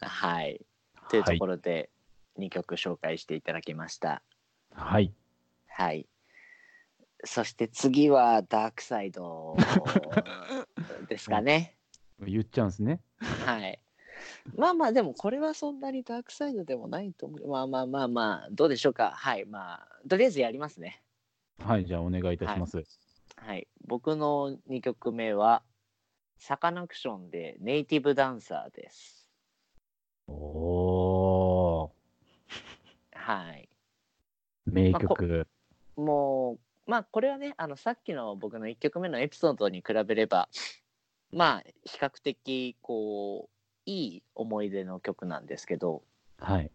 はい。というところで2曲紹介していただきました。はい。はい。そして次はダークサイドですかね。言っちゃうんですね。はい。まあまあでもこれはそんなにダークサイドでもないと思う。まあまあまあまあ、どうでしょうか。はい。まあ、とりあえずやりますね。はい、じゃあお願いいたします。はい。僕の2曲目は、サカナクションでネイティブダンサーです。おー、はい。名曲。もうまあこれはねあのさっきの僕の1曲目のエピソードに比べればまあ比較的こういい思い出の曲なんですけどはい。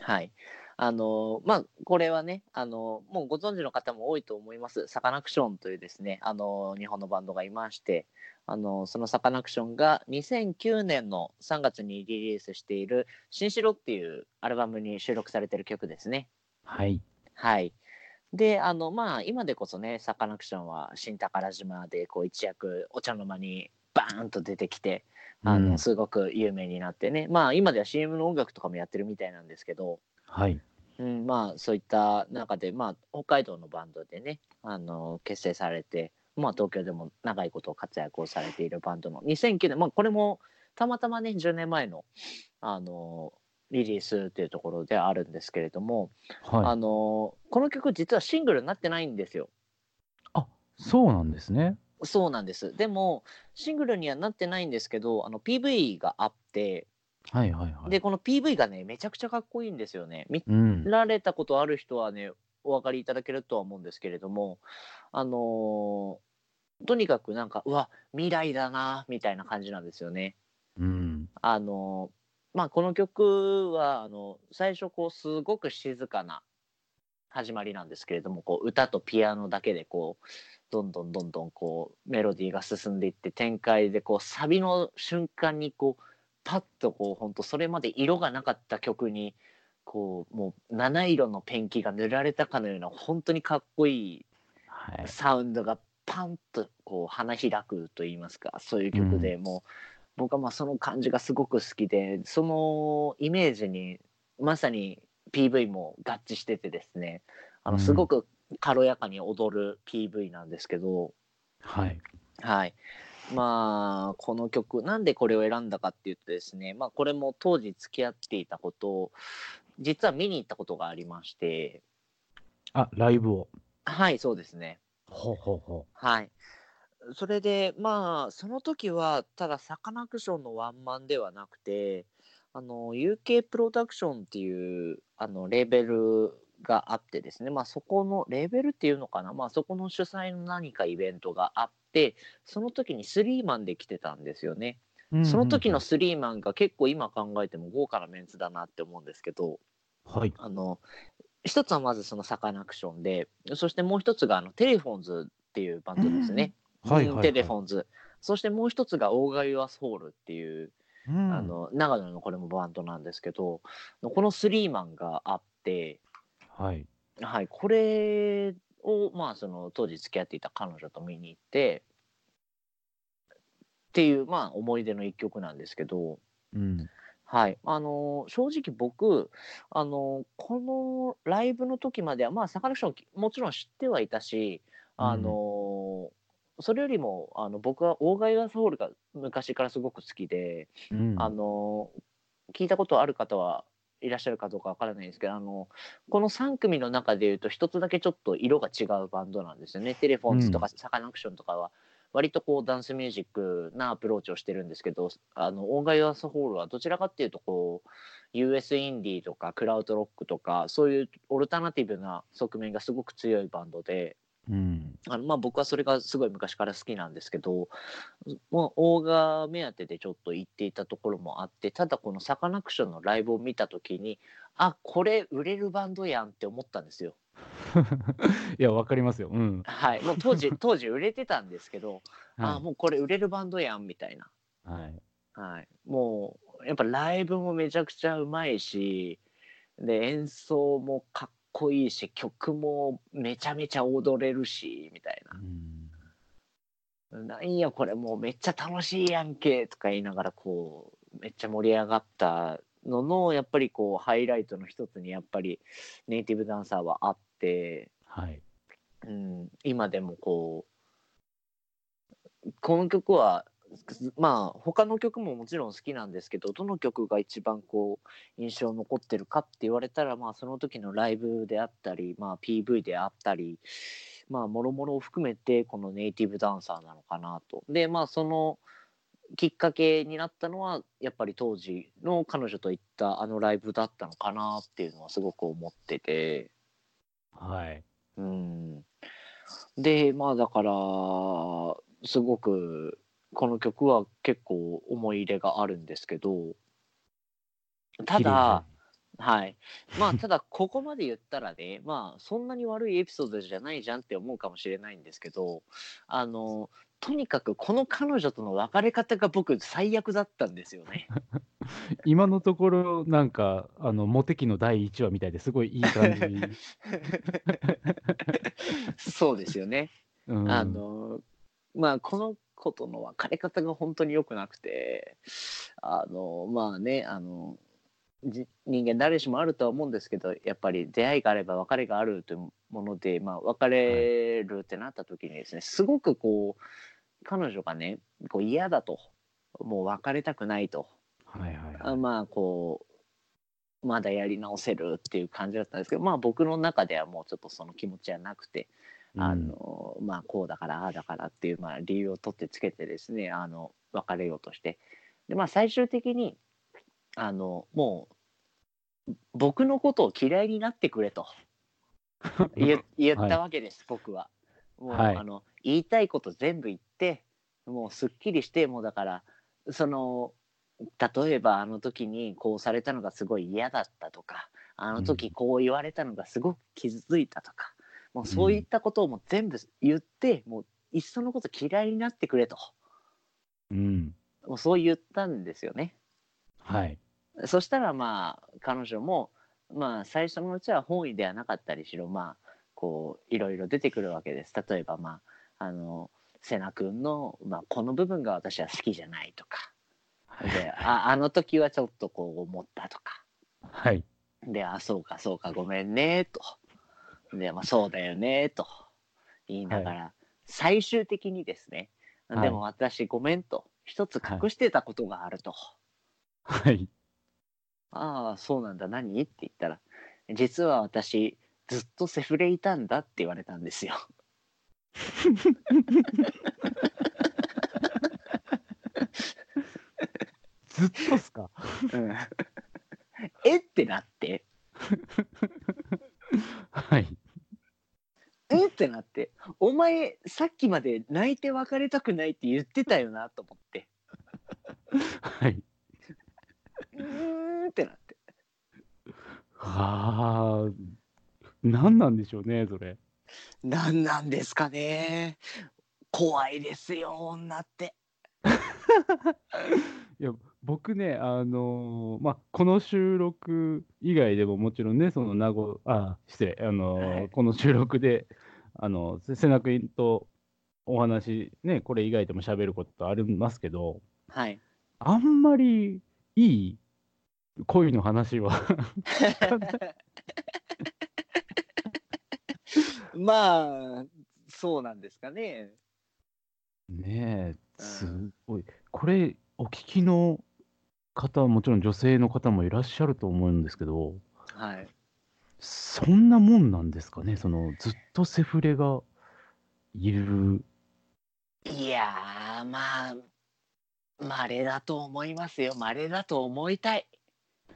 はいあのまあこれはねあのもうご存知の方も多いと思いますサカナクションというですねあの日本のバンドがいましてあのそのサカナクションが2009年の3月にリリースしている「新城」っていうアルバムに収録されてる曲ですね。はい。はい。で、あの、まあ、今でこそね、サカナクションは新宝島で、こう、一躍お茶の間にバーンと出てきて、あうの、んすごく有名になってね、まあ、今では CM の音楽とかもやってるみたいなんですけど、はい。うん、まあ、そういった中で、まあ、北海道のバンドでね、あの、結成されて、まあ、東京でも長いこと活躍をされているバンドの2009年、まあ、これもたまたまね、10年前の、あの、リリースっていうところであるんですけれども、あはのーこの曲実はシングルになってないんですよ。い。そうなんですね。そうなんです。でもシングルにはなってないんですけどあの PV があってはいはいはい。でこの PV がねめちゃくちゃかっこいいんですよね。見うん。られたことある人はねお分かりいただけるとは思うんですけれどもあのーとにかくなんかうわ未来だなみたいな感じなんですよね。うん。あのーまあこの曲はあの最初こうすごく静かな始まりなんですけれどもこう歌とピアノだけでこうどんどんどんどんこうメロディーが進んでいって展開でこうサビの瞬間にこうパッとこうほんとそれまで色がなかった曲にこうもう七色のペンキが塗られたかのような本当にかっこいいはい。サウンドがパンとこう花開くと言いますかそういう曲で、もう僕はまあその感じがすごく好きでそのイメージにまさに PV も合致しててですねあのうんすごく軽やかに踊る PV なんですけど、はい。はいまあこの曲なんでこれを選んだかっていうとですねまあこれも当時付き合っていたことを実は見に行ったことがありましてあ、ライブを。はいそうですねほうほうほはい。それで、まあ、その時は、ただ、サカナクションのワンマンではなくて、あの、UK プロダクションっていう、あの、レーベルがあってですね、まあ、そこの、レーベルっていうのかな、まあ、そこの主催の何かイベントがあって、その時にスリーマンで来てたんですよね。ううんうんうん。その時のスリーマンが結構今考えても豪華なメンツだなって思うんですけど、はい。あの一つはまずそのサカナクションでそしてもう一つがあのテレフォンズっていうバンドですね、はいはいはい。テレフォンズそしてもう一つがオーガイワスホールっていう、うんあの長野のこれもバンドなんですけどこのスリーマンがあって、はい。はい、これを、まあ、その当時付き合っていた彼女と見に行ってっていう、まあ、思い出の一曲なんですけど、うん。はい、あのー正直僕、あのーこのライブの時まではまあサカナクションもちろん知ってはいたし、あのーそれよりもあの僕はオーガイガソウルが昔からすごく好きで、うん。あのー聞いたことある方はいらっしゃるかどうかわからないんですけど、あのこの3組の中でいうと一つだけちょっと色が違うバンドなんですよね。テレフォンズとかサカナクションとかは割とこうダンスミュージックなアプローチをしてるんですけどあのオーガイアスホールはどちらかっていうとこう US インディーとかクラウドロックとかそういうオルタナティブな側面がすごく強いバンドでうん。 あのまあ僕はそれがすごい昔から好きなんですけどもうオーガ目当てでちょっと行っていたところもあってただこのサカナクションのライブを見た時にあこれ売れるバンドやんって思ったんですよ。いや、わかりますよ。うん。はい、もう当時当時売れてたんですけど、あはもうこれ売れるバンドやんみたいな。い。はい。はい、もうやっぱライブもめちゃくちゃうまいしで演奏もかっこいいし曲もめちゃめちゃ踊れるしみたいうんな「なんやこれもうめっちゃ楽しいやんけ」とか言いながらこうめっちゃ盛り上がったののやっぱりこうハイライトの一つにやっぱりネイティブダンサーはあって、はい。うん、今でもこうこの曲はまあ他の曲ももちろん好きなんですけどどの曲が一番こう印象残ってるかって言われたらまあその時のライブであったり、まあ、PV であったりまあもろもろを含めてこのネイティブダンサーなのかなと。でまあそのきっかけになったのはやっぱり当時の彼女と行ったあのライブだったのかなっていうのはすごく思ってて。はい。うん、でまあだからすごくこの曲は結構思い入れがあるんですけどた綺麗だな、はい まあただここまで言ったらねまあそんなに悪いエピソードじゃないじゃんって思うかもしれないんですけどあのとにかくこの彼女との別れ方が僕最悪だったんですよ ね。今のところ、なんか、あの、モテ期の第1話みたいですごいいい感 じに。そうですよね。うんあのまあこの子との別れ方が本当に良くなくてあのまあねあのじ人間誰しもあるとは思うんですけどやっぱり出会いがあれば別れがあるというもので、まあ、別れるってなった時にですね、すごくこう彼女がねこう嫌だともう別れたくないとはいはいあはい。まあこうまだやり直せるっていう感じだったんですけどまあ僕の中ではもうちょっとその気持ちはなくてあうんのまあこうだからああだからっていう、まあ、理由を取ってつけてですねあの別れようとしてで、まあ、最終的にあのもう僕のことを嫌いになってくれと言言ったわけです、僕は。もう、はいあの言いたいこと全部言ってもうすっきりしてもうだからその例えばあの時にこうされたのがすごい嫌だったとかあのう時んこう言われたのがすごく傷ついたとか、もうそういったことをもう全部言って、もういっそのこと嫌いになってくれとうん。もうそう言ったんですよね。はい。そしたらまあ彼女もまあ最初のうちは本意ではなかったりしろまあこういろいろ出てくるわけです。例えばまああの瀬名君の、まあ、この部分が私は好きじゃないとか でああの時はちょっとこう思ったとかはい。で、あ、そうか、そうか、ごめんね、と。で、まあ、そうだよね、と言いながら、最終的にですね、はいでも私、ごめんと、一つ隠してたことがあると。はい。ああ、そうなんだ、何って言ったら、実は私、ずっとセフレいたんだって言われたんですよ。ずっとっすか。うん、 えってなって、はい。うんってなって、お前、さっきまで泣いて別れたくないって言ってたよな、と思って。はい。うーんってなって。はあ。何なんでしょうね、それ。なんなんですかね怖いですよ女っていや僕ね、あのーまあ、この収録以外でももちろんね、その名護、あ、失礼、あのーはいこの収録で、あのせ瀬名君とお話、ね、これ以外でも喋ることありますけど、はいあんまりいい恋の話は まあそうなんですかねねえ、すうんごい。これ、お聞きの方、もちろん女性の方もいらっしゃると思うんですけど、はいそんなもんなんですかね、そのずっとセフレがいる。いやーまあまれだと思いますよまれだと思いたいい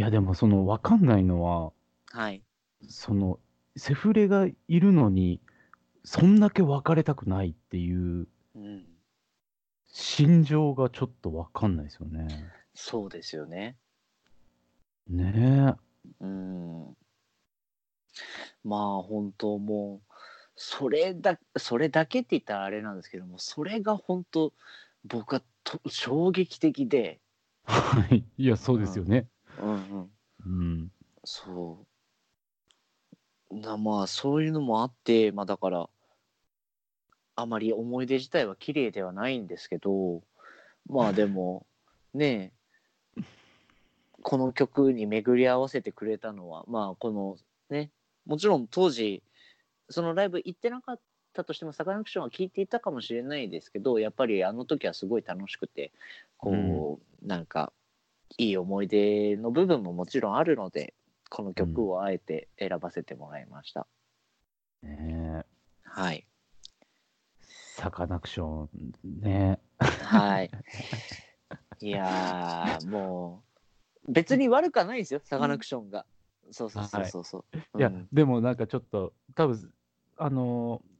や、でもその分かんないのは、はいそのセフレがいるのに、そんだけ別れたくないっていううん心情がちょっと分かんないですよね。そうですよねねうんまあ本当もうそれだそれだけって言ったらあれなんですけどもそれが本当僕はと衝撃的でえ。はい。いや、そうですよね。うんうんうん。そうなまあそういうのもあってまあだからあまり思い出自体は綺麗で はないんですけどまあでもねえこの曲に巡り合わせてくれたのはまあこのねもちろん当時そのライブ行ってなかったとしてもサカナクションは聴いていたかもしれないですけどやっぱりあの時はすごい楽しくてこう、なんかいい思い出の部分ももちろんあるのでこの曲をあえて選ばせてもらいました。ねえはいサカナクションねはい。いやー、もう、別に悪くはないですよ、サカナクションが。そうそうそうそうそう。いや、うんでもなんかちょっと多分あのー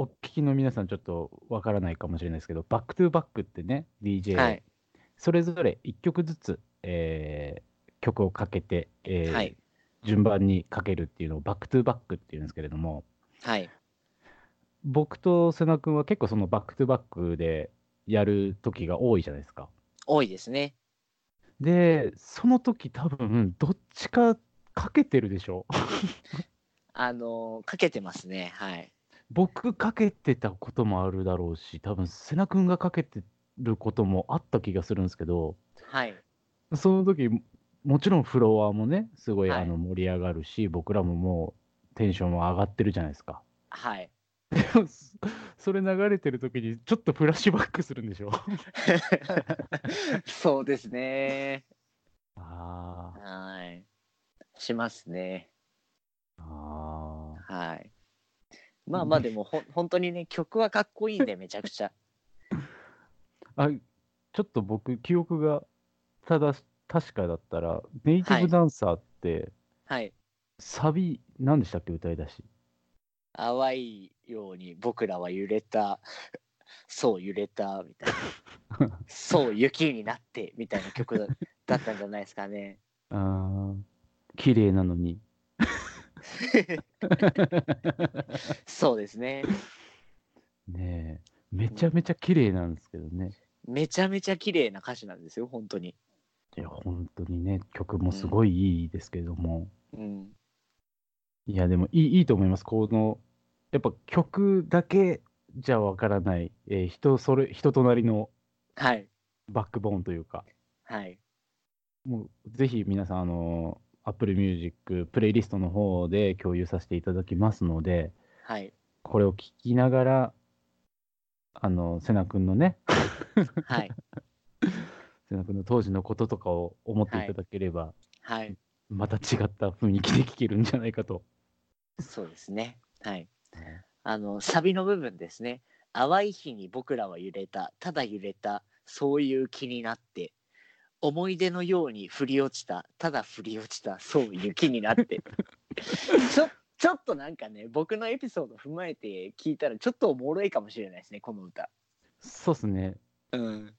お聞きの皆さんちょっとわからないかもしれないですけどバックトゥーバックってね DJ、はい。それぞれ1曲ずつ、えー曲をかけて、えーはい。順番にかけるっていうのをバックトゥーバックっていうんですけれどもはい。僕と瀬名君は結構そのバックトゥーバックでやる時が多いじゃないですか。多いですね。でその時多分どっちかかけてるでしょあのーかけてますね。はい。僕かけてたこともあるだろうし多分瀬名君がかけてることもあった気がするんですけどはい。その時ももちろんフロアもねすごいはいあの盛り上がるし、僕らももうテンションも上がってるじゃないですか。はい。 でもそ それ流れてる時にちょっとフラッシュバックするんでしょそうですね。 あーはい。しますね。あーはい。まあまあ、でも、ほん本当にね、曲はかっこいいんで、めちゃくちゃ。あちょっと僕記憶がただ確かだったらネイティはいブダンサーってはい。サビ何でしたっけ歌い出し淡いように僕らは揺れた そう揺れたみたいなそう雪になってみたいな曲だだったんじゃないですかねあー綺麗なのにそうですねねえめちゃめちゃ綺麗なんですけどねめちゃめちゃ綺麗な歌詞なんですよ本当にいや本当にね曲もすごいいいですけども、うんいやでもいいいいと思いますこのやっぱ曲だけじゃわからない、えー人それ人となりのはいバックボーンというかはいもうぜひ皆さん、あの、Apple Music プレイリストの方で共有させていただきますので、はいこれを聞きながら、あの、瀬名くんのね、はい瀬名くんの当時のこととかを思っていただければ、はいまた違った雰囲気で聞けるんじゃないかと。そうですねはいあのサビの部分ですね淡い日に僕らは揺れたただ揺れたそういう気になって思い出のように降り落ちたただ降り落ちたそういう気になって ちょちょっとなんかね僕のエピソード踏まえて聞いたらちょっとおもろいかもしれないですねこの歌そうですね。うん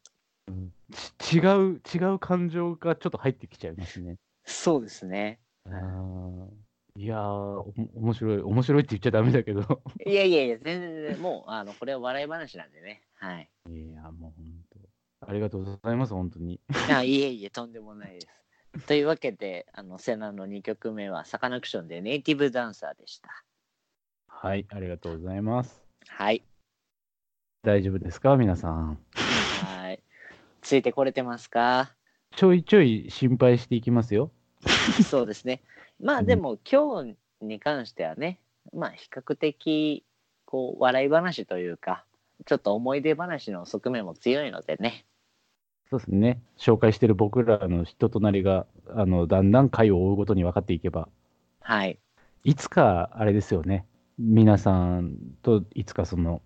ち違う、違う感情がちょっと入ってきちゃいますね。そうですねあーいやー、おも面白い、面白いって言っちゃダメだけど。いやいやいや全然全然もうあのこれは笑い話なんでねはいいや、もう本当、ありがとうございます、本当に。あいえいえとんでもないですというわけであのセナの2曲目はサカナクションでネイティブダンサーでしたはい、ありがとうございます。はい。大丈夫ですか皆さん。はい。ついてこれてますかちょいちょい心配していきますよ。そうですね。まあでも今日に関してはね、まあ比較的こう笑い話というか、ちょっと思い出話の側面も強いのでね。そうですね。紹介してる僕らの人となりが、あの、だんだん回を追うごとに分かっていけば、はい。いつか、あれですよね。皆さんといつかその、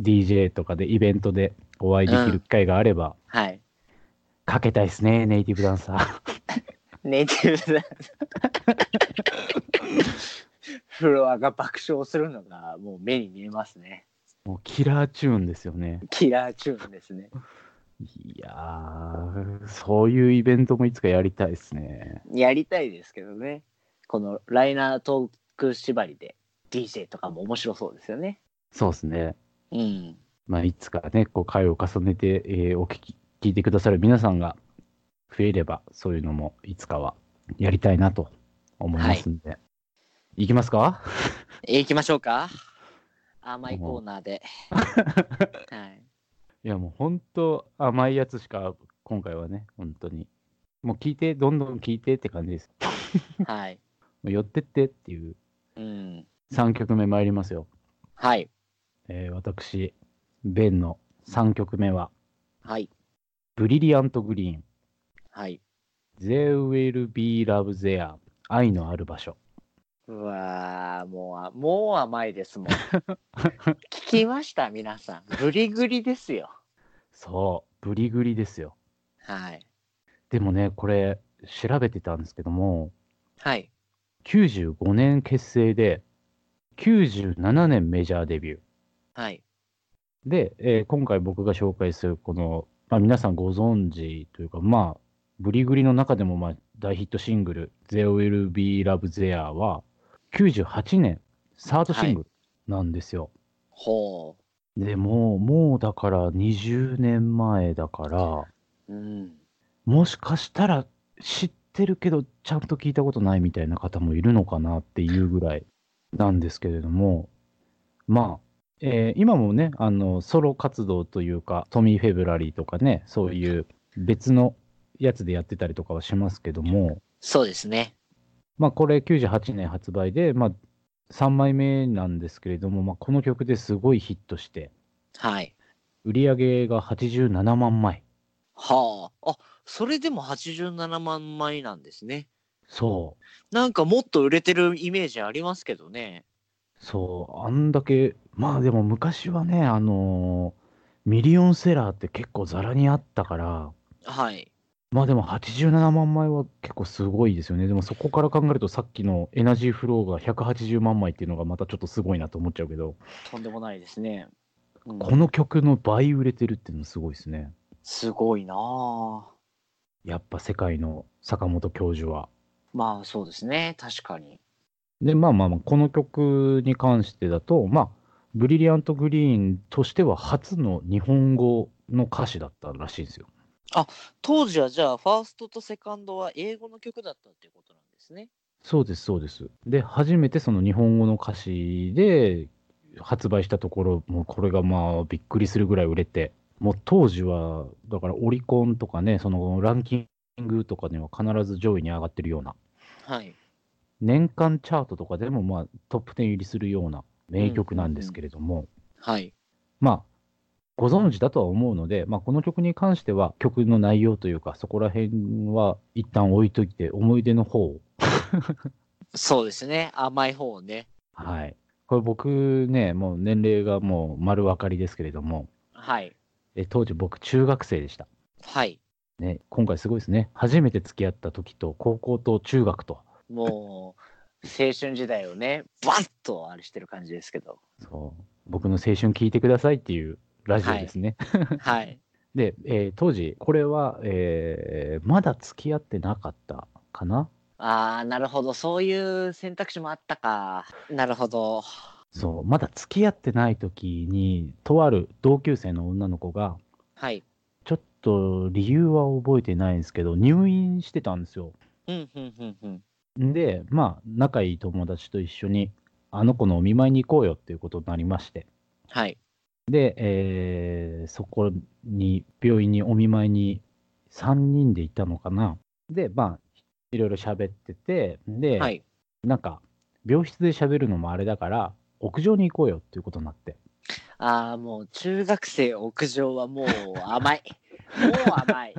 DJ とかでイベントでお会いできる機会があれば、はい。かけたいですね、ネイティブダンサー。 ネイティブダン ス。フロアが爆笑するのがもう目に見えますね。もうキラーチューンですよね。キラーチューンですね。いやー、そういうイベントもいつかやりたいですね。やりたいですけどね。このライナートーク縛りで DJ とかも面白そうですよね。そうですね。うん。まあ、いつかね、こう、回を重ねて、えーお聞き、聞いてくださる皆さんが増えれば、そういうのもいつかはやりたいなと思いますんで。い、きますか行きましょうか。甘いコーナー で。はい。いや、もう本当甘いやつしか、今回はね、本当に。もう聞いて、どんどん聞いてって感じです。はい。もう寄ってってっていううん。 3曲目参りますよ。はい。えー私、ベンの3曲目は、はい。ブリリアントグリーン、はい。 There Will Be Love There、愛のある場所。うわーもうあ、もう甘い ですもん。聞きました、皆さん。グリグリですよ。そう、ブリグリですよ。はい。でもね、これ、調べてたんですけども、はい。 95年結成で、97年メジャーデビュー。はい。で、えー今回僕が紹介するこの、まあ、皆さんご存知というか、まあ、ブリグリの中でもまあ大ヒットシングル、There Will Be Love There は、98年、サードシングルなんですよ。ほでもう、もうだから20年前だから、う。うん。もしかしたら知ってるけど、ちゃんと聞いたことないみたいな方もいるのかなっていうぐらいなんですけれども、まあ、えー今もね、あの、ソロ活動というか、トミー・フェブラリーとかね、そういう別のやつでやってたりとかはしますけども、そうですね。まあ、これ98年発売で、まあ、3枚目なんですけれども、まあ、この曲ですごいヒットして、はい。売り上げが87万枚。はあ。あ、それでも87万枚なんですね。そう。なんかもっと売れてるイメージありますけどね。そう、あんだけ、まあでも昔はね、あのーミリオンセラーって結構ざらにあったから、はい。まあでも87万枚は結構すごいですよね。でもそこから考えるとさっきのエナジーフローが180万枚っていうのがまたちょっとすごいなと思っちゃうけど、とんでもないですね。うんこの曲の倍売れてるっていうのすごいですね。すごいなあやっぱ世界の坂本教授は。まあそうですね。確かに。で、まあまあまあ、この曲に関してだと、まあ、ブリリアント・グリーンとしては初の日本語の歌詞だったらしいんですよ。当時はじゃあ、ファーストとセカンドは英語の曲だったっていうことなんですね。そうです、そうです。で、初めてその日本語の歌詞で発売したところ、もうこれがまあびっくりするぐらい売れて、もう当時は、だからオリコンとかね、そのランキングとかには必ず上位に上がってるような、はい。年間チャートとかでもまあトップ10入りするような名曲なんですけれども、はい。まあ、ご存知だとは思うので、まあ、この曲に関しては曲の内容というか、そこら辺は一旦置いといて、思い出の方をそうですね。甘い方をね。はい。これ僕ね、もう年齢がもう丸分かりですけれども、はい。え当時僕中学生でした。はい。ね、今回すごいですね。初めて付き合った時と高校と中学と。もう、青春時代をね、バッとあれしてる感じですけど。そう。僕の青春聞いてくださいっていうラジオですね。はい。で、えー当時、これは、えーまだ付き合ってなかったかな。ああ、なるほど。そういう選択肢もあったか。なるほど。そう。まだ付き合ってない時に、とある同級生の女の子が、はい。ちょっと理由は覚えてないんですけど、入院してたんですよ。うん、うん、うん、うん。で、まあ、仲いい友達と一緒に、あの子のお見舞いに行こうよっていうことになりまして、はい。で、えーそこに、病院にお見舞いに3人で行ったのかな。で、まあ、いろいろ喋ってて、で、はい。なんか、病室で喋るのもあれだから、屋上に行こうよっていうことになって。ああ、もう中学生屋上はもう甘い。 もう甘い。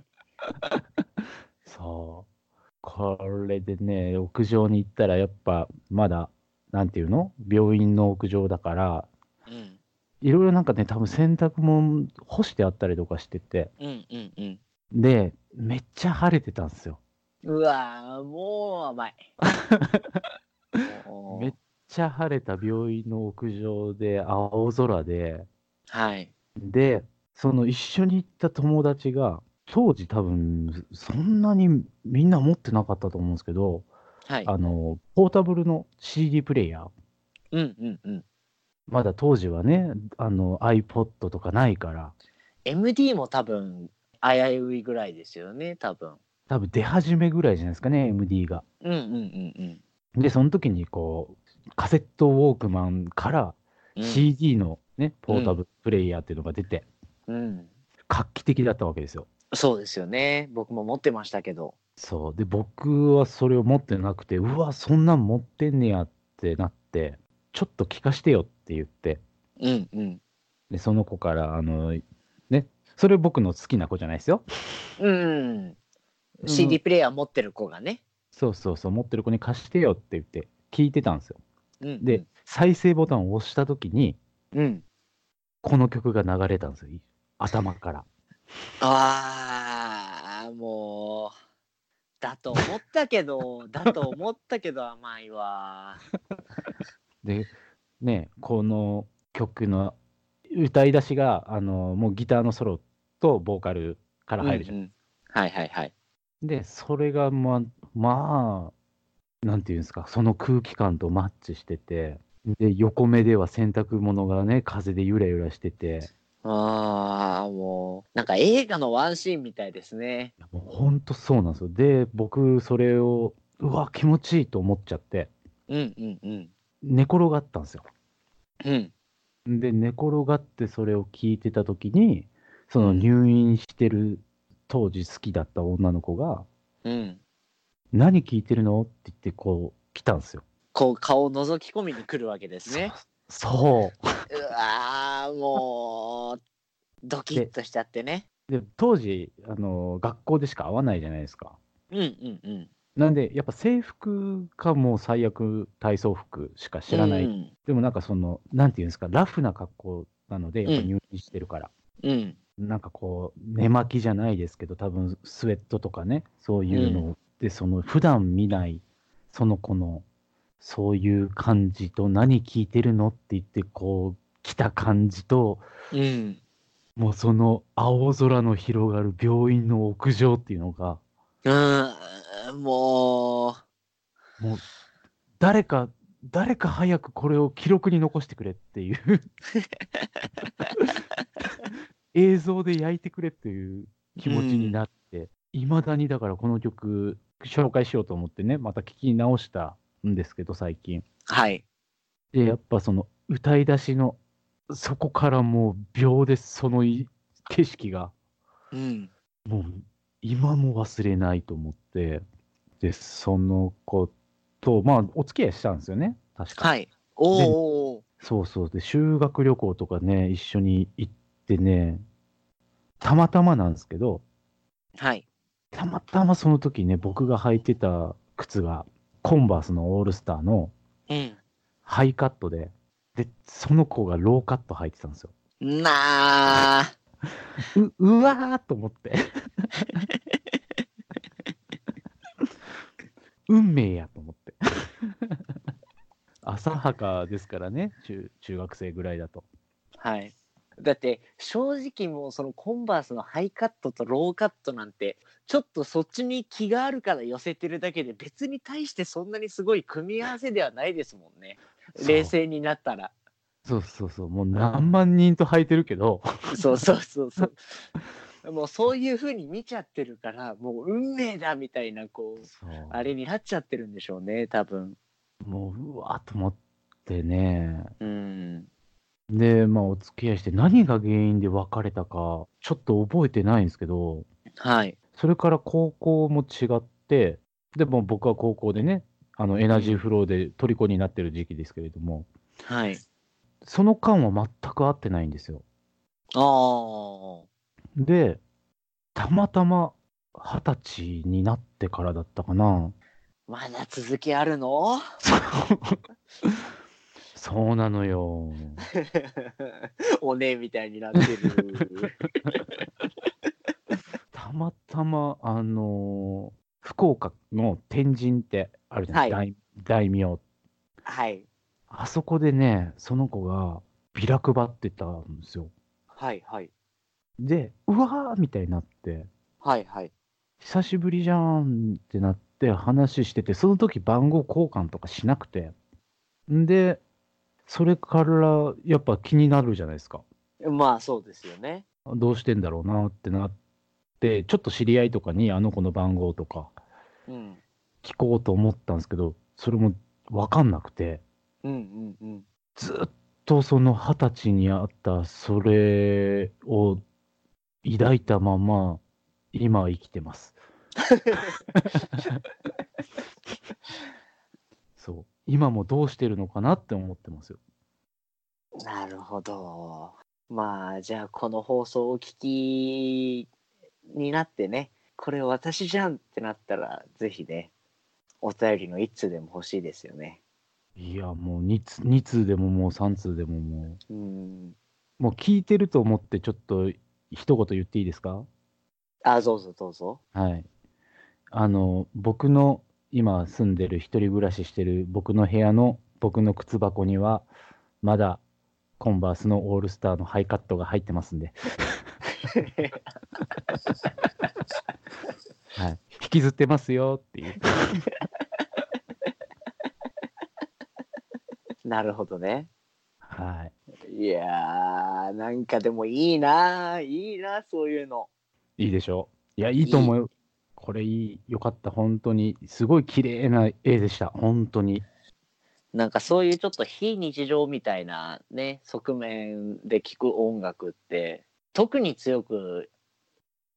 そう。これでね、屋上に行ったら、やっぱ、まだ、なんていうの病院の屋上だから、うん、いろいろなんかね、多分洗濯物干してあったりとかしてて、うん、うん、うん。で、めっちゃ晴れてたんですよ。うわーもう甘 い。もうめっちゃ晴れた病院の屋上で、青空で、はい。で、その一緒に行った友達が、当時多分、そんなにみんな持ってなかったと思うんですけど、はい。あの、ポータブルの CD プレイヤー、うんうんうん。まだ当時はね、あの、iPod とかないから、 MD も多分、危ういぐらいですよね、多分。多分出始めぐらいじゃないですかね、MD が。うんうんうんで、その時にこう、カセットウォークマンからうん。 CD のね、ポータブルプレイヤーっていうのが出て、うん。画期的だったわけですよ。そうですよね。僕も持ってましたけど。そう。で、僕はそれを持ってなくて、うわ、そんなん持ってんねやってなって、ちょっと聞かしてよって言って、うんうんで、その子から、あの、ね、それ僕の好きな子じゃないですよ。うんうん CD プレイヤー持ってる子がね、そうそうそう、持ってる子に貸してよって言って、聞いてたんですよ。うんうん、で、再生ボタンを押したときに、うん、この曲が流れたんですよ。頭から。ああもうだと思ったけ どだと思ったけど甘いわで、ね、この曲の歌い出しが、あの、もうギターのソロとボーカルから入るじゃん。うんうんはいはいはいで、それがま、まあ、なんていうんですか、その空気感とマッチしてて、で、横目では洗濯物がね、風でゆらゆらしてて、ああもうなんか映画のワンシーンみたいですねいやもうほんとそうなんですよ。で、僕、それを、うわ、気持ちいいと思っちゃって、うんうんうん寝転がったんですよ。うんで、寝転がってそれを聞いてた時に、その入院してる当時好きだった女の子が、うん何聞いてるのって言って、こう、来たんですよ。こう顔を覗き込みに来るわけですねそう。うわーもうドキッとしちゃってねで当時あの学校でしか会わないじゃないですかうんうんうんなんでやっぱ制服かもう最悪体操服しか知らない、うんでもなんかそのなんていうんですかラフな格好なのでやっうぱん入院してるから、うんなんかこう寝巻きじゃないですけど多分スウェットとかねそういうのを、でその普段見ないその子のそういう感じと何聞いてるのって言ってこう来た感じとうんもうその青空の広がる病院の屋上っていうのがうんもうもう誰か誰か早くこれを記録に残してくれっていう映像で焼いてくれっていう気持ちになっていま、未だにだからこの曲紹介しようと思ってねまた聴き直したんですけど最近はいでやっぱその歌い出しのそこからもう秒でそのい景色がうんもう今も忘れないと思ってでその子とまあお付き合いしたんですよね確かはいおーおーそうそう。で、修学旅行とかね、一緒に行ってね、たまたまなんですけど、おーはいたまたまその時ね、僕が履いてた靴が、コンバースのオールスターのうんハイカットで、で、その子がローカット履いてたんですよ。なあう、うわーと思って。運命やと思って。浅はかですからね、中中学生ぐらいだと。はいだって正直もうそのコンバースのハイカットとローカットなんてちょっとそっちに気があるから寄せてるだけで別に対してそんなにすごい組み合わせではないですもんねそう冷静になったらそうそうそう、もう何万人と履いてるけど、そうそうそうそう。もうそういう風に見ちゃってるから、もう運命だみたいな、こう、あれになっちゃってるんでしょうね、多分。もう、うわーと思ってね。うん。で、まあ、お付き合いして、何が原因で別れたか、ちょっと覚えてないんですけど、はい。それから高校も違って、でも僕は高校でね、あのエナジーフローで虜になってる時期ですけれども、はい。その間は全く会ってないんですよ。ああ。で、たまたま二十歳になってからだったかな、 まだ続きあるのそうなのよ。 おねえみたいになってる。たまたま、あのー福岡の天神ってあるじゃない、は大大名。 はい。あそこでね、その子がビラ配ってたんですよ。はいはい。で、うわーみたいになって、はいはい。久しぶりじゃんってなって話してて、その時番号交換とかしなくて。んで、それからやっぱ気になるじゃないですか。まあそうですよね。どうしてんだろうなってなって、ちょっと知り合いとかにあの子の番号とかうん。聞こうと思ったんですけど、それも分かんなくて、うんうんうん。ずっとその二十歳にあったそれを抱いたまま、今は生きてます。そう今もどうしてるのかなって思ってますよなるほど。まあじゃあこの放送をお聞きになってねこれ私じゃんってなったらぜひねお便りの一通でも欲しいですよね。いやもう 2, 通2通でももう3通でももうんうもう聞いてると思ってちょっと一言言っていいですかあどうぞどうぞ。はいあの僕の今住んでる一人暮らししてる僕の部屋の僕の靴箱にはまだコンバースのオールスターのハイカットが入ってますん で、はい、引きずってますよっていう なるほどね。はいいやーなんかでもいいないいなそういうの。いいでしょう。いや、いいと思うよ。これいい。よかった。本当に。すごい綺麗な絵でした。本当に。なんかそういうちょっと非日常みたいなね側面で聞く音楽って特に強く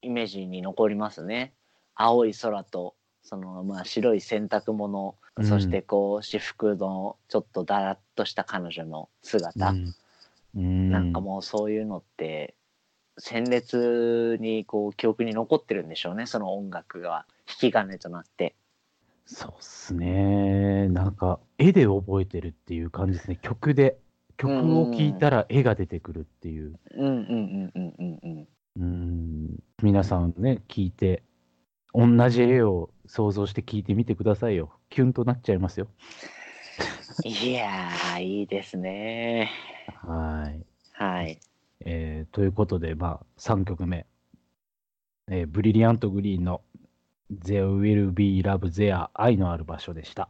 イメージに残りますね青い空とそのまあ白い洗濯物、うんそしてこう私服のちょっとだらっとした彼女の姿、うん。なんかもうそういうのって鮮烈にこう記憶に残ってるんでしょうねその音楽が引き金となって。そうっすね。なんか、絵で覚えてるっていう感じですね。曲で。曲を聴いたら絵が出てくるっていう。うんうんうんうんうんうんうん。皆さんね、聞いて、同じ絵を想像して聞いてみてくださいよ。キュンとなっちゃいますよ。いやー、いいですね。はい。はい。えーということで、まあ、3曲目、えーブリリアント・グリーンの「There Will Be Love There」愛のある場所でした。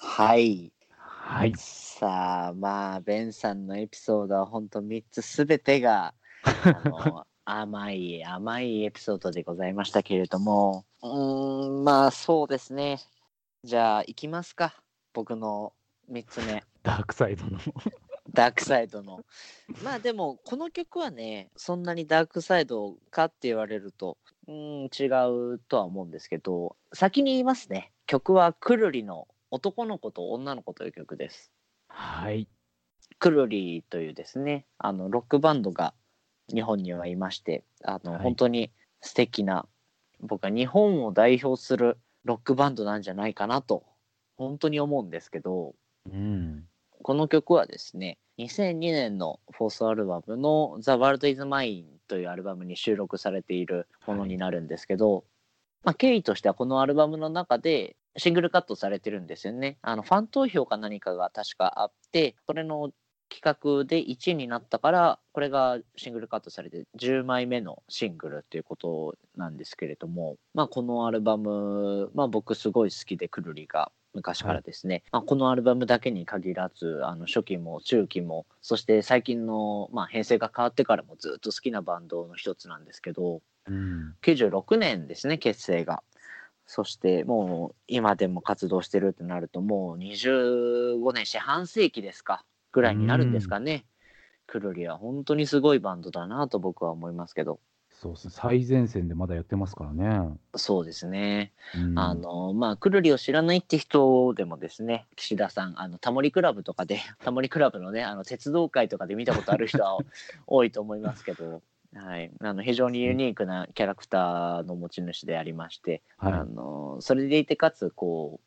はい。はい、さあ、まあ、ベンさんのエピソードは本当3つすべて が、あの甘い、甘いエピソードでございましたけれども、うーん、まあ、そうですね。じゃあ、行きますか。僕の3つ目。ダークサイドの ダークサイドの。まあでも、この曲はね、そんなにダークサイドかって言われると、うーん、違うとは思うんですけど、先に言いますね。曲はくるりの男の子と女の子という曲です。はい、くるりというですね、あの、ロックバンドが日本にはいまして、あの、はい本当に素敵な、僕は日本を代表するロックバンドなんじゃないかなと、本当に思うんですけど、うんこの曲はですね2002年のフォースアルバムの「The World is Mine」というアルバムに収録されているものになるんですけど、まあ、経緯としてはこのアルバムの中でシングルカットされてるんですよねあのファン投票か何かが確かあってそれの企画で1位になったからこれがシングルカットされて10枚目のシングルということなんですけれども、まあ、このアルバム、まあ、僕すごい好きでくるりが昔からですね、まあ、このアルバムだけに限らずあの初期も中期もそして最近の、まあ、編成が変わってからもずっと好きなバンドの一つなんですけどうん96年ですね結成が。そしてもう今でも活動してるってなるともう25年四半世紀ですかぐらいになるんですかね。くるりは本当にすごいバンドだなと僕は思いますけどそうっす最前線でまだやってますからね。そうですね。うんあのまあくるりを知らないって人でもですね岸田さんあのタモリクラブとかで タモリクラブのねあの鉄道会とかで見たことある人は多いと思いますけど、はい、あの非常にユニークなキャラクターの持ち主でありまして、あはのそれでいてかつこう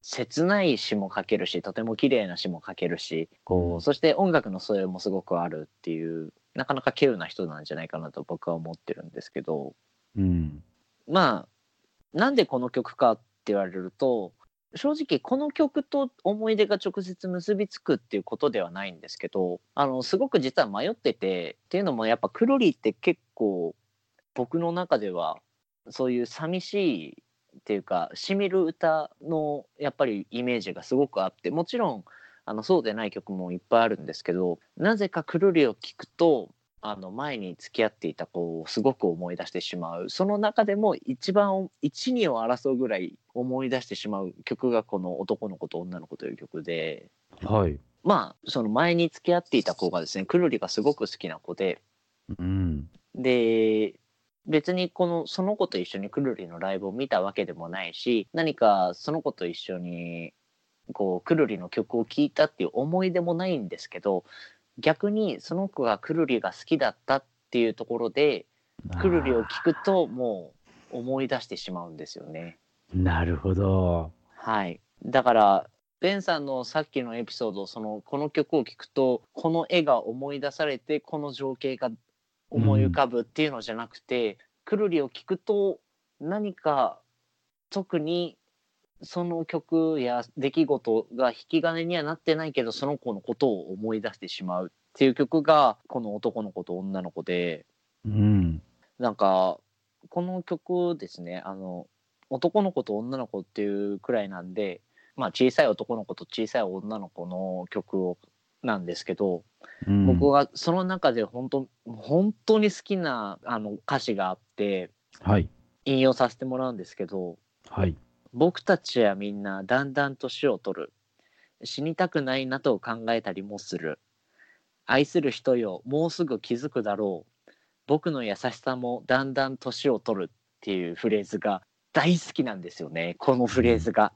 切ない詩も書けるしとても綺麗な詩も書けるしこう、うんそして音楽の素養もすごくあるっていうなかなか稀有な人なんじゃないかなと僕は思ってるんですけど。い、うんまあなんでこの曲かって言われると正直この曲と思い出が直接結びつくっていうことではないんですけどあのすごく実は迷っててっていうのもやっぱクロリって結構僕の中ではそういう寂しいっていうかしみる歌のやっぱりイメージがすごくあってもちろんあのそうでない曲もいっぱいあるんですけどなぜかくるりを聴くとあの前に付き合っていた子をすごく思い出してしまうその中でも一番12を争うぐらい思い出してしまう曲がこの「男の子と女の子」という曲ではい、まあその前に付き合っていた子がですねくるりがすごく好きな子でうんで別にこのその子と一緒にくるりのライブを見たわけでもないし何かその子と一緒にこうくるりの曲を聴いたっていう思い出もないんですけど逆にその子がくるりが好きだったっていうところでくるりを聴くともう思い出してしまうんですよね。なるほど。はい、だからベンさんのさっきのエピソードそのこの曲を聴くとこの絵が思い出されてこの情景が思い浮かぶっていうのじゃなくて、くるりを聴くと何か特にその曲や出来事が引き金にはなってないけどその子のことを思い出してしまうっていう曲がこの男の子と女の子でうん。なんかこの曲ですねあの男の子と女の子っていうくらいなんで、まあ、小さい男の子と小さい女の子の曲をなんですけど、うん僕がその中で本当本当に好きなあの歌詞があってはい。引用させてもらうんですけどはい。 「僕たちはみんなだんだん年を取る死にたくないなと考えたりもする愛する人よもうすぐ気づくだろう僕の優しさもだんだん年を取る」っていうフレーズが大好きなんですよねこのフレーズが。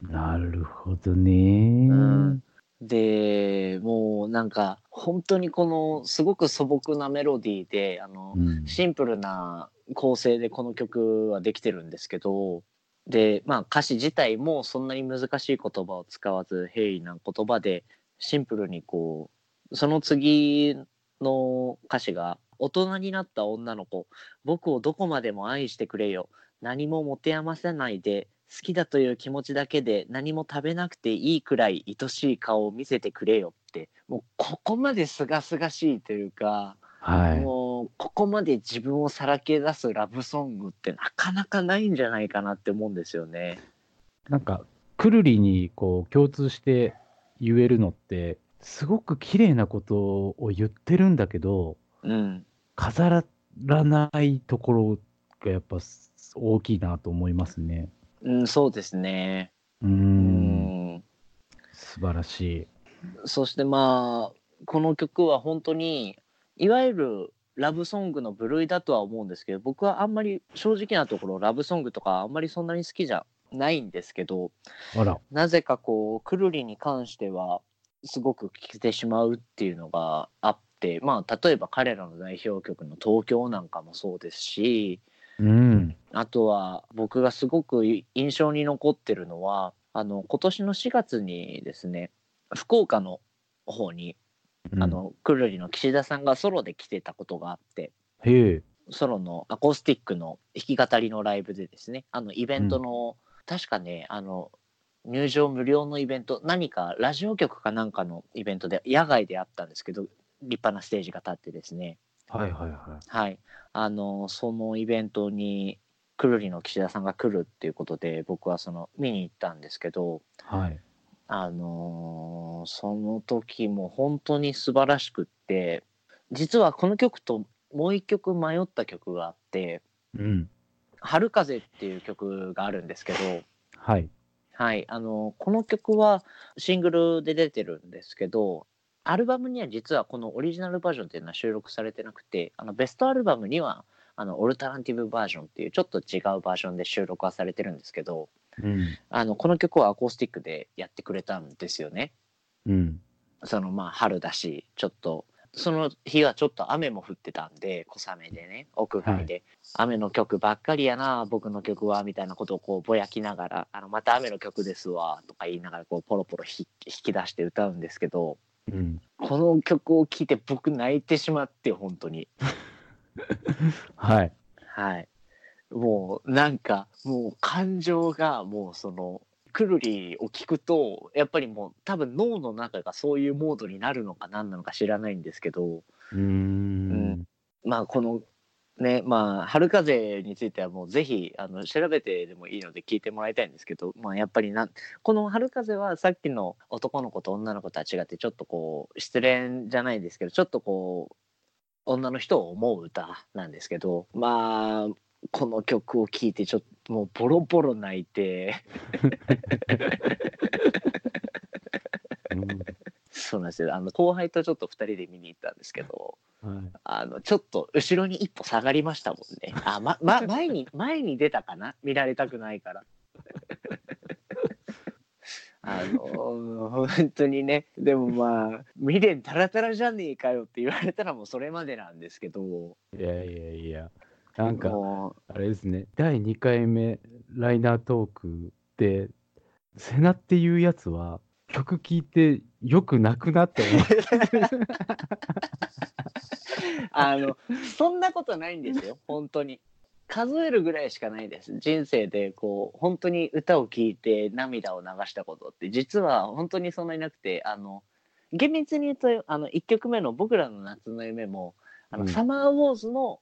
なるほどね。うんでもうなんか本当にこのすごく素朴なメロディーであの、うんシンプルな構成でこの曲はできてるんですけどで、まあ、歌詞自体もそんなに難しい言葉を使わず平易な言葉でシンプルにこうその次の歌詞が「大人になった女の子僕をどこまでも愛してくれよ何も持て余さないで好きだという気持ちだけで何も食べなくていいくらい愛しい顔を見せてくれよ」ってもうここまで清々しいというか。はもうここまで自分をさらけ出すラブソングってなかなかないんじゃないかなって思うんですよね。い。なんか、くるりにこう共通して言えるのって、すごく綺麗なことを言ってるんだけど、うん、飾らないところがやっぱ大きいなと思いますね。うん、そうですね。う。うんん、素晴らしそしてまあこの曲は本当にいわゆるラブソングの部類だとは思うんですけど僕はあんまり正直なところラブソングとかあんまりそんなに好きじゃないんですけどい。あら。なぜかこうくるりに関してはすごく聴けてしまうっていうのがあってまあ例えば彼らの代表曲の「東京」なんかもそうですしうん。あとは僕がすごく印象に残ってるのはあの今年の4月にですね福岡の方に、あのくるりの岸田さんがソロで来てたことがあってうん。へえ。ソロのアコースティックの弾き語りのライブでですねあのイベントの、確かねあの入場無料のイベント何かラジオ局かなんかのイベントで野外であったんですけど立派なステージが立ってですねはいはいははいあのそのイベントにくるりの岸田さんが来るっていうことで僕はその見に行ったんですけどい。はい。あのーその時も本当に素晴らしくって実はこの曲ともう一曲迷った曲があってうん。 「春風」っていう曲があるんですけど、はい。はい、あのこの曲はシングルで出てるんですけどアルバムには実はこのオリジナルバージョンっていうのは収録されてなくてあのベストアルバムにはあのオルタナティブバージョンっていうちょっと違うバージョンで収録はされてるんですけどうん。あのこの曲はアコースティックでやってくれたんですよね。うん。そのまあ春だしちょっとその日はちょっと雨も降ってたんで小雨でね屋外で、雨の曲ばっかりやな僕の曲はみたいなことをこうぼやきながら「あのまた雨の曲ですわ」とか言いながらこうポロポロひ引き出して歌うんですけどうん。この曲を聴いて僕泣いてしまって本当にはい。はいもうなんかもう感情がもうそのくるりを聞くとやっぱりもう多分脳の中がそういうモードになるのか何なのか知らないんですけど、うーん。まあこのねまあ春風についてはもうぜひあの調べてでもいいので聞いてもらいたいんですけど、まあ、やっぱりなんこの春風はさっきの男の子と女の子とは違ってちょっとこう失恋じゃないですけどちょっとこう女の人を思う歌なんですけどまあこの曲を聴いてちょっともうボロボロ泣いて うんそうなんですよあの後輩とちょっと2人で見に行ったんですけどはいあのちょっと後ろに一歩下がりましたもん ね。あ、ま、ま、前に、前に出たかな見られたくない から。あの、本当にね、でもまあ、未練たらたらじゃねえかよって言われたらもうそれまでなんですけど、いやいやいや、なんか、もあれですね、第2回目、ライナートークで、瀬名っていうやつは、曲聴いてよくなくなって 思う。 う、あの、そんなことないんですよ、本当に。数えるぐらいしかないです。人生でこう、本当に歌を聴いて涙を流したことって、実は本当にそんなになくて、あの、厳密に言うと、あの、1曲目の僕らの夏の夢も、あの、うんサマーウォーズの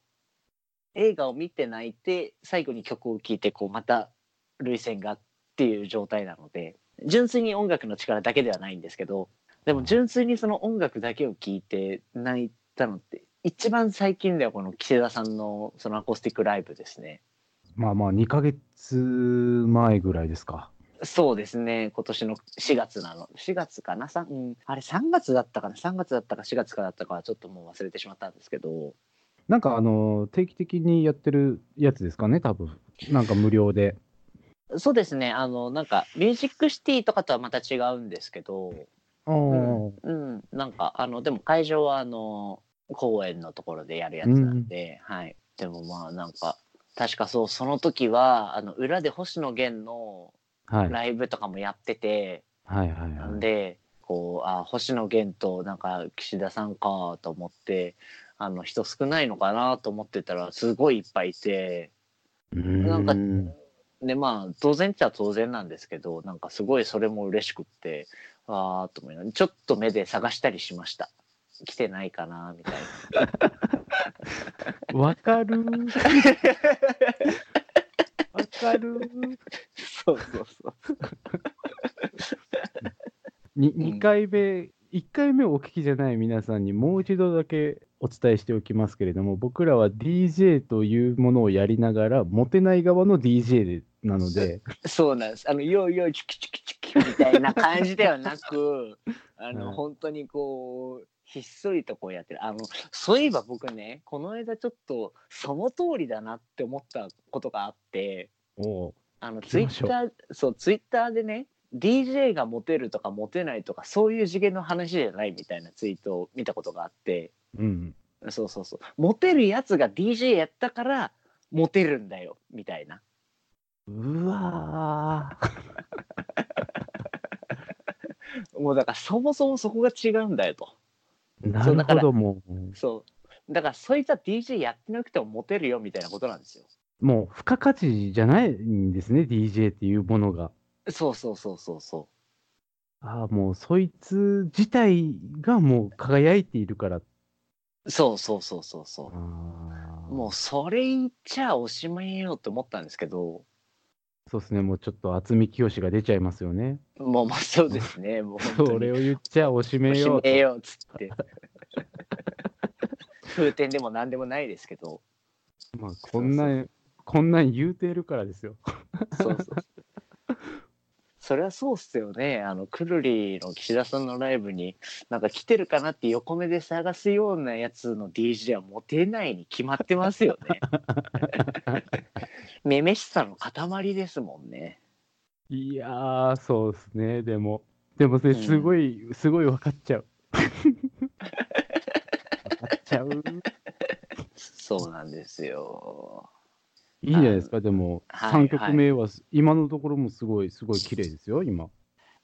映画を見て泣いて、最後に曲を聴いて、こう、また、涙腺がっていう状態なので、純粋に音楽の力だけではないんですけど、でも純粋にその音楽だけを聴いて泣いたのって、一番最近ではこの木瀬田さんのそのアコースティックライブですね。まあまあ、2ヶ月前ぐらいですか。そうですね今年の4月なの4月かなさん、うん、あれ3月だったかな3月だったか4月かだったかはちょっともう忘れてしまったんですけどなんか、あの、定期的にやってるやつですかね、多分なんか無料で。そうですねあのなんか「ミュージックシティ」とかとはまた違うんですけどああ、んうんなんかあのでも会場はあの公園のところでやるやつなんで、はいでもまあなんか確かそうその時はあの裏で星野源のはい。はいライブとかもやってて、はいはい。なんでこうあ星野源となんか岸田さんかと思ってあの人少ないのかなと思ってたらすごいいっぱいいてなんかうーんでまあ当然っちゃ当然なんですけどなんかすごいそれも嬉しくってああと思いながらちょっと目で探したりしました来てないかなみたいな。わかる。 わかる。そうそうそうに2回目、1回目をお聞きじゃない皆さんにもう一度だけお伝えしておきますけれども、僕らは DJ というものをやりながら、モテない側の DJ でなので、そうなんですあの「よいよいチキチキチキ」みたいな感じではなくあの、はい本当にこうひっそりとこうやってるあのそういえば僕ねこの間ちょっとその通りだなって思ったことがあっておうあのツイ聞きましッょうターそうツイッターでね DJ がモテるとかモテないとかそういう次元の話じゃないみたいなツイートを見たことがあってうん、そうそうそうモテるやつが DJ やったからモテるんだよみたいなうわーもうだからそもそもそこが違うんだよと。なそうるだかほらど、もう、そう。だからそいつは DJ やってなくてもモテるよみたいなことなんですよ。もう付加価値じゃないんですね、DJ っていうものが。そうそうそうそうそああ、もうそいつ自体がもう輝いているから。う。そうそうそうそうあそーう。もうそれ言っちゃおしまいよって思ったんですけど、そうですね、もうちょっと渥美清が出ちゃいますよね。もうまあそうですね。もう本 当それにを言っちゃおしめおしようと。めようっつって。風天でも何でもないですけど。まあ、こんなん、こんなん言うてるからですよ。そうそう。それはそうっすよね。あの、くるりの岸田さんのライブに、なんか来てるかなって横目で探すようなやつの DJ はモテないに決まってますよね。 めめしさの塊ですもんね。いやー、そうですね、でも。でもそれ、うんすごい、すごい分かっちゃう。分かっちゃう。そうなんですよ。いいじゃないですか、でも、はい3曲目は、今のところもすごい、すごい綺麗ですよ、今。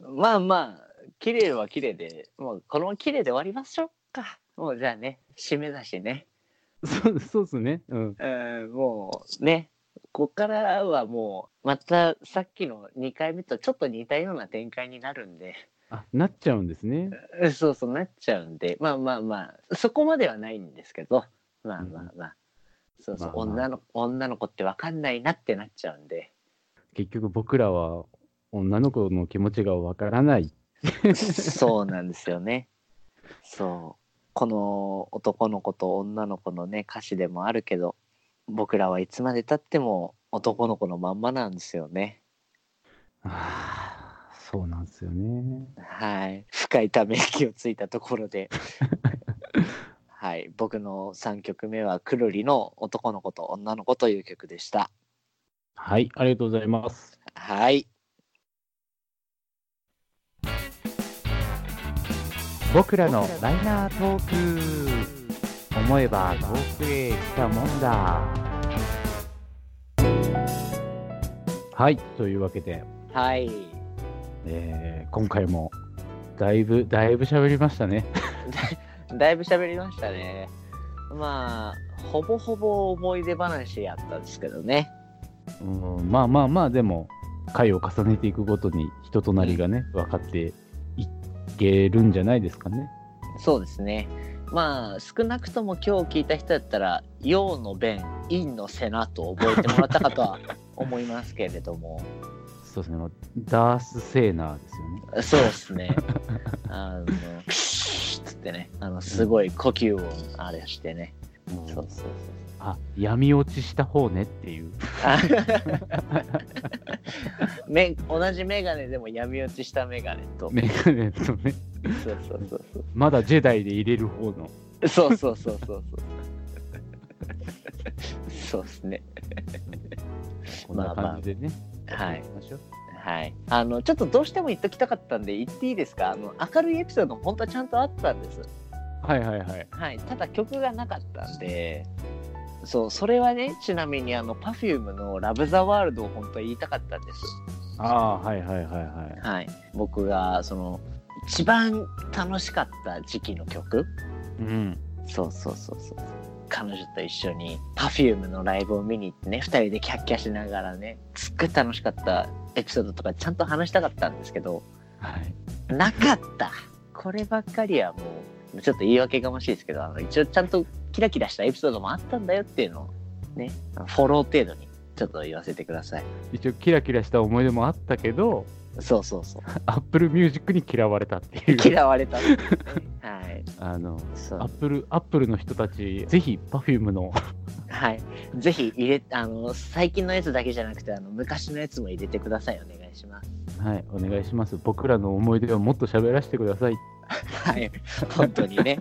まあまあ、綺麗は綺麗で、もうこのまま綺麗で終わりましょうか。もうじゃあね、締めだしね。そう そうですね、うん。うんもうねここからはもうまたさっきの2回目とちょっと似たような展開になるんで あ、なっちゃうんですね。うんそうそうなっちゃうんでまあまあまあそこまではないんですけどまあまあまあ、そうそう、まあまあ女の女の子って分かんないなってなっちゃうん で結局、僕らは、女の子の気持ちが分からない。そうなんですよねそうこの男の子と女の子のね歌詞でもあるけど僕らはいつまでたっても男の子のまんまなんですよねああ、そうなんですよね。はい、深いため息をついたところで。はい、僕の3曲目はくるりの「男の子と女の子」という曲でした。はい、ありがとうございます。はい、僕らのライナートーク。思えば遠くへ来たもんだ。はい、というわけで、はい、えー今回もだいぶだいぶ喋りましたね。だいぶ喋りましたね。まあほぼほぼ思い出話やったんですけどね。うん、まあまあまあでも回を重ねていくごとに人となりがね分かっていけるんじゃないですかね。そうですね。まあ少なくとも今日聞いた人だったら「陽の弁陰の瀬名」と覚えてもらったかとは思いますけれどもそうですね、まあダース・セーナーですそうよね。ですねあのピシッつってねあのすごい呼吸をあれしてねもうそうそうそうあ闇落ちした方ねっていう。あめ同じメガネでも闇落ちしたメガネと、メガネとね、そうそうそうそうまだジェダイで入れる方の。そうそうそうそうそうそうですねこんな感じでね。はいやっていきましょう。はい、あのちょっとどうしても言っときたかったんで言っていいですかあの明るいエピソードも本当はちゃんとあったんです、はいはいはい。はい、ただ曲がなかったんでそうそれはねちなみにあの Perfume の「ラブ・ザ・ワールド」を本当は言いたかったんです、ああ、はいはいはいはい。はい、僕がその一番楽しかった時期の曲うん。そうそうそうそう彼女と一緒に Perfume のライブを見に行ってね2人でキャッキャしながらねすっごい楽しかったエピソードとかちゃんと話したかったんですけどはい。なかったこればっかりはもうちょっと言い訳がましいですけどあの一応ちゃんとキラキラしたエピソードもあったんだよっていうのをねあのフォロー程度にちょっと言わせてください一応キラキラした思い出もあったけど、そうそうそうアップルミュージックに嫌われたっていう。嫌われたんですねはいあの、そアッうプル、アップルの人たち、ぜひ Perfume の、 はいぜひ入れあの最近のやつだけじゃなくてあの昔のやつも入れてくださいお願いしますはい、お願いします。僕らの思い出をもっと喋らせてください。はい本当にね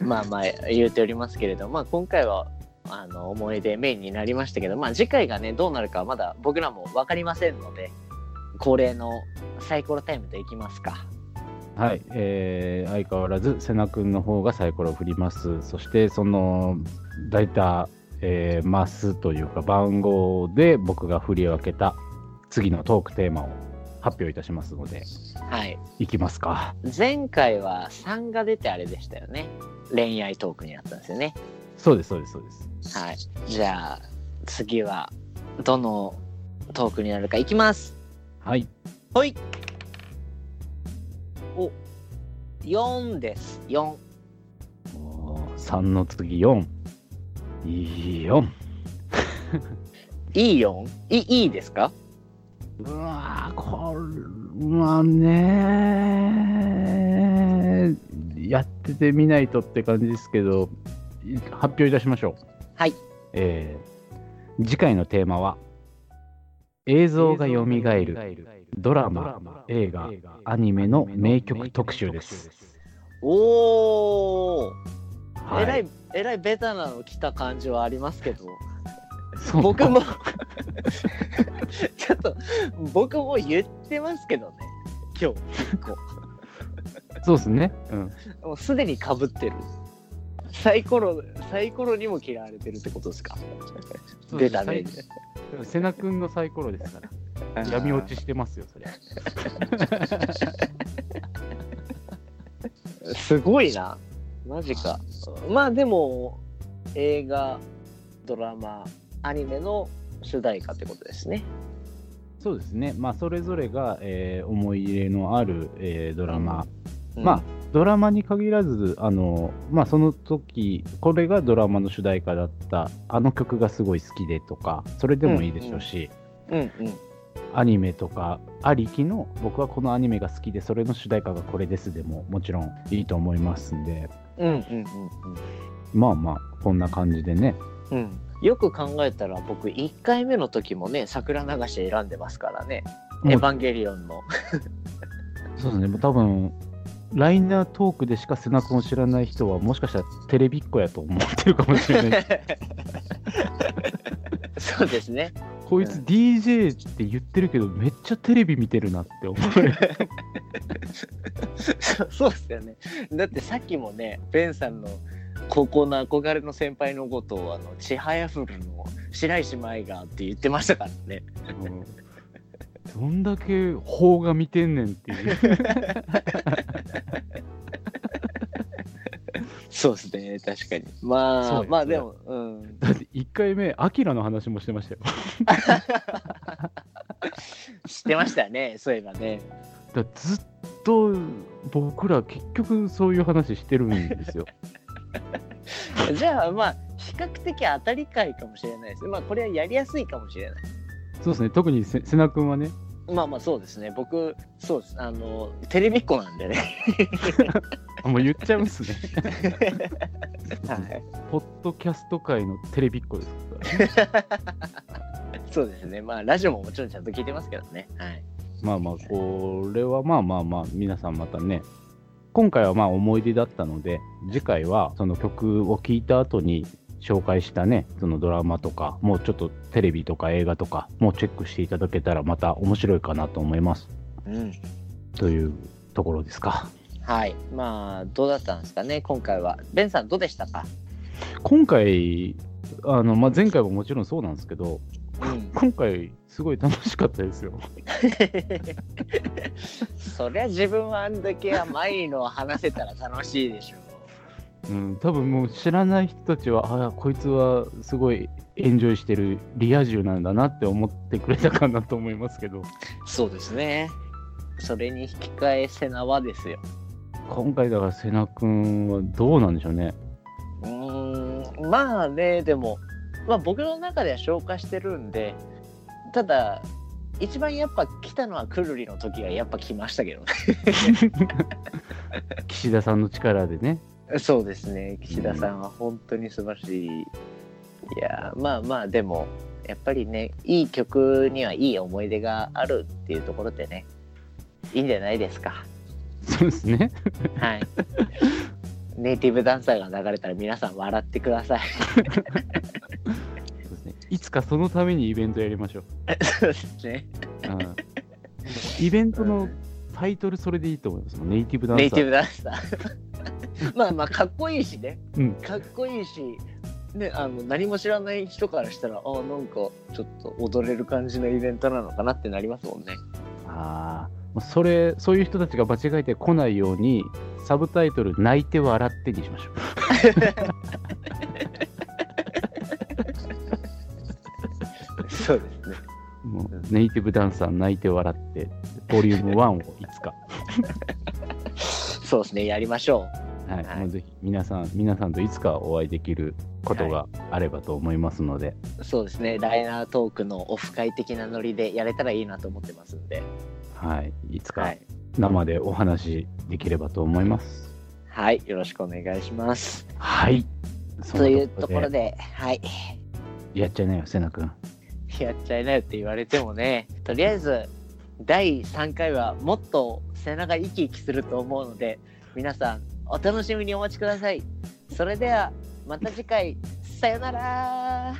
まあまあ言うておりますけれどまあ今回はあの思い出メインになりましたけどまあ次回がねどうなるかはまだ僕らも分かりませんので恒例のサイコロタイムといきますかはい、えー相変わらず瀬名君の方がサイコロを振ります。そしてその大体、えー、マスというか番号で僕が振り分けた次のトークテーマを発表いたしますので、はいいきますか。前回は3が出てあれでしたよね恋愛トークになったんですよねそうです、そうです、そうです。はいじゃあ次はどのトークになるかいきますはい、はい。お、四です。四。 3の次4。4。いい四？いいいですか？うわーこれはねーやっててみないとって感じですけどい発表いたしましょうはい。えー次回のテーマは映像がよみがえるドラマ映画アニメの名曲特集です、おお、はえらいえらいベタなの来た感じはありますけ ど、そう僕も ちょっと僕も言ってますけどね。今日結そうですね、うん、構もうすでに被ってる。サイコロサイコロにも嫌われてるってことですか？そうでベタすね。瀬名君のサイコロですから闇落ちしてますよそれすごいな。マジか。まあでも、映画、ドラマ、アニメの主題歌ってことですね。そうですね、まあ、それぞれが、えー思い入れのある、えードラマ、うんまあ、ドラマに限らず、あのまあ、その時これがドラマの主題歌だった、あの曲がすごい好きでとか、それでもいいでしょうし、うんうん。アニメとかありきの、僕はこのアニメが好きで、それの主題歌がこれですでも、もちろんいいと思いますんで、うんうんまあまあ、こんな感じでね、うんうん。よく考えたら僕1回目の時もね桜流し選んでますからね「もう エヴァンゲリオンの」そうですね、多分ライナートークでしか瀬名君を知らない人はもしかしたらテレビっ子やと思ってるかもしれな いそうですね。こいつ DJ って言ってるけどめっちゃテレビ見てるなっ て思うそう そうですよね。だってさっきもね、ベンさんの高校の憧れの先輩のことを、あの、ちはやふるの白石舞がって言ってましたからね。うんどんだけ邦画見てんねんっていうそうですね、確かに。まあ、そうですねまあでも、うん。だって1回目アキラの話もしてましたよ知ってましたね、 そういえばね。だからずっと僕ら結局そういう話してるんですよじゃあ、まあ、比較的当たり会かもしれないですね。まあ、これはやりやすいかもしれない。そうですね特にせ瀬名君はねまあまあ、そうですね。僕、そうです。あの、テレビっ子なんでね。あもう言っちゃうんすね はい。ポッドキャスト界のテレビっ子ですからね そうですね。まあ、ラジオももちろんちゃんと聞いてますけどね。はい。まあまあこれはまあまあまあ皆さんまたね今回はまあ思い出だったので次回はその曲を聴いた後に紹介したねそのドラマとかもうちょっとテレビとか映画とかもチェックしていただけたらまた面白いかなと思いますうん。というところですかはい。まあ、どうだったんですかね、今回は。ベンさん、どうでしたか今回あの、まあ、前回ももちろんそうなんですけどうん。今回すごい楽しかったですよ そりゃ自分はあんだけ甘いのを話せたら楽しいでしょう。うん、多分もう知らない人たちはあこいつはすごいエンジョイしてるリア充なんだなって思ってくれたかなと思いますけどそうですね。それに引き換えせなはですよ。今回だから瀬名君はどうなんでしょ うねうーん、まあね、でも、まあ僕の中では消化してるんで、ただ、一番やっぱ来たのはくるりの時がやっぱ来ましたけどね。岸田さんの力でね そうですね岸田さんは本当に素晴らしい、いやーまあまあでもやっぱりねいい曲にはいい思い出があるっていうところでねいいんじゃないですかそうですねはいネイティブダンサーが流れたら皆さん笑ってくださいそうですねいつかそのためにイベントやりましょう、そうですねうん、イベントのタイトルそれでいいと思いますネイティブダンサーネイティブダンサー まあまあかっこいいしねうん、かっこいいしね、あの何も知らない人からしたらあーなんかちょっと踊れる感じのイベントなのかなってなりますもんね。ああそれそういう人たちが間違えてこないようにサブタイトル「泣いて笑って」にしましょうそうですね。もうネイティブダンサー泣いて笑って、ボリューム1をい つか、そうですね、やりましょはいはいもうぜひ皆さん、皆さんといつかお会いできることがあればと思いますので、う。そうですね、ライナートークのオフ会的なノリでやれたらいいなと思ってますんで。はい、いつはかい。生でお話できればと思います。はい、よろしくお願いします。はい、そんとないうところで、で、はい。やっちゃいなよ、せなくん。やっちゃいなよって言われてもね、とりあえず、第3回はもっと背中生き生きすると思うので、皆さん、お楽しみにお待ちください。それでは、また次回、さよなら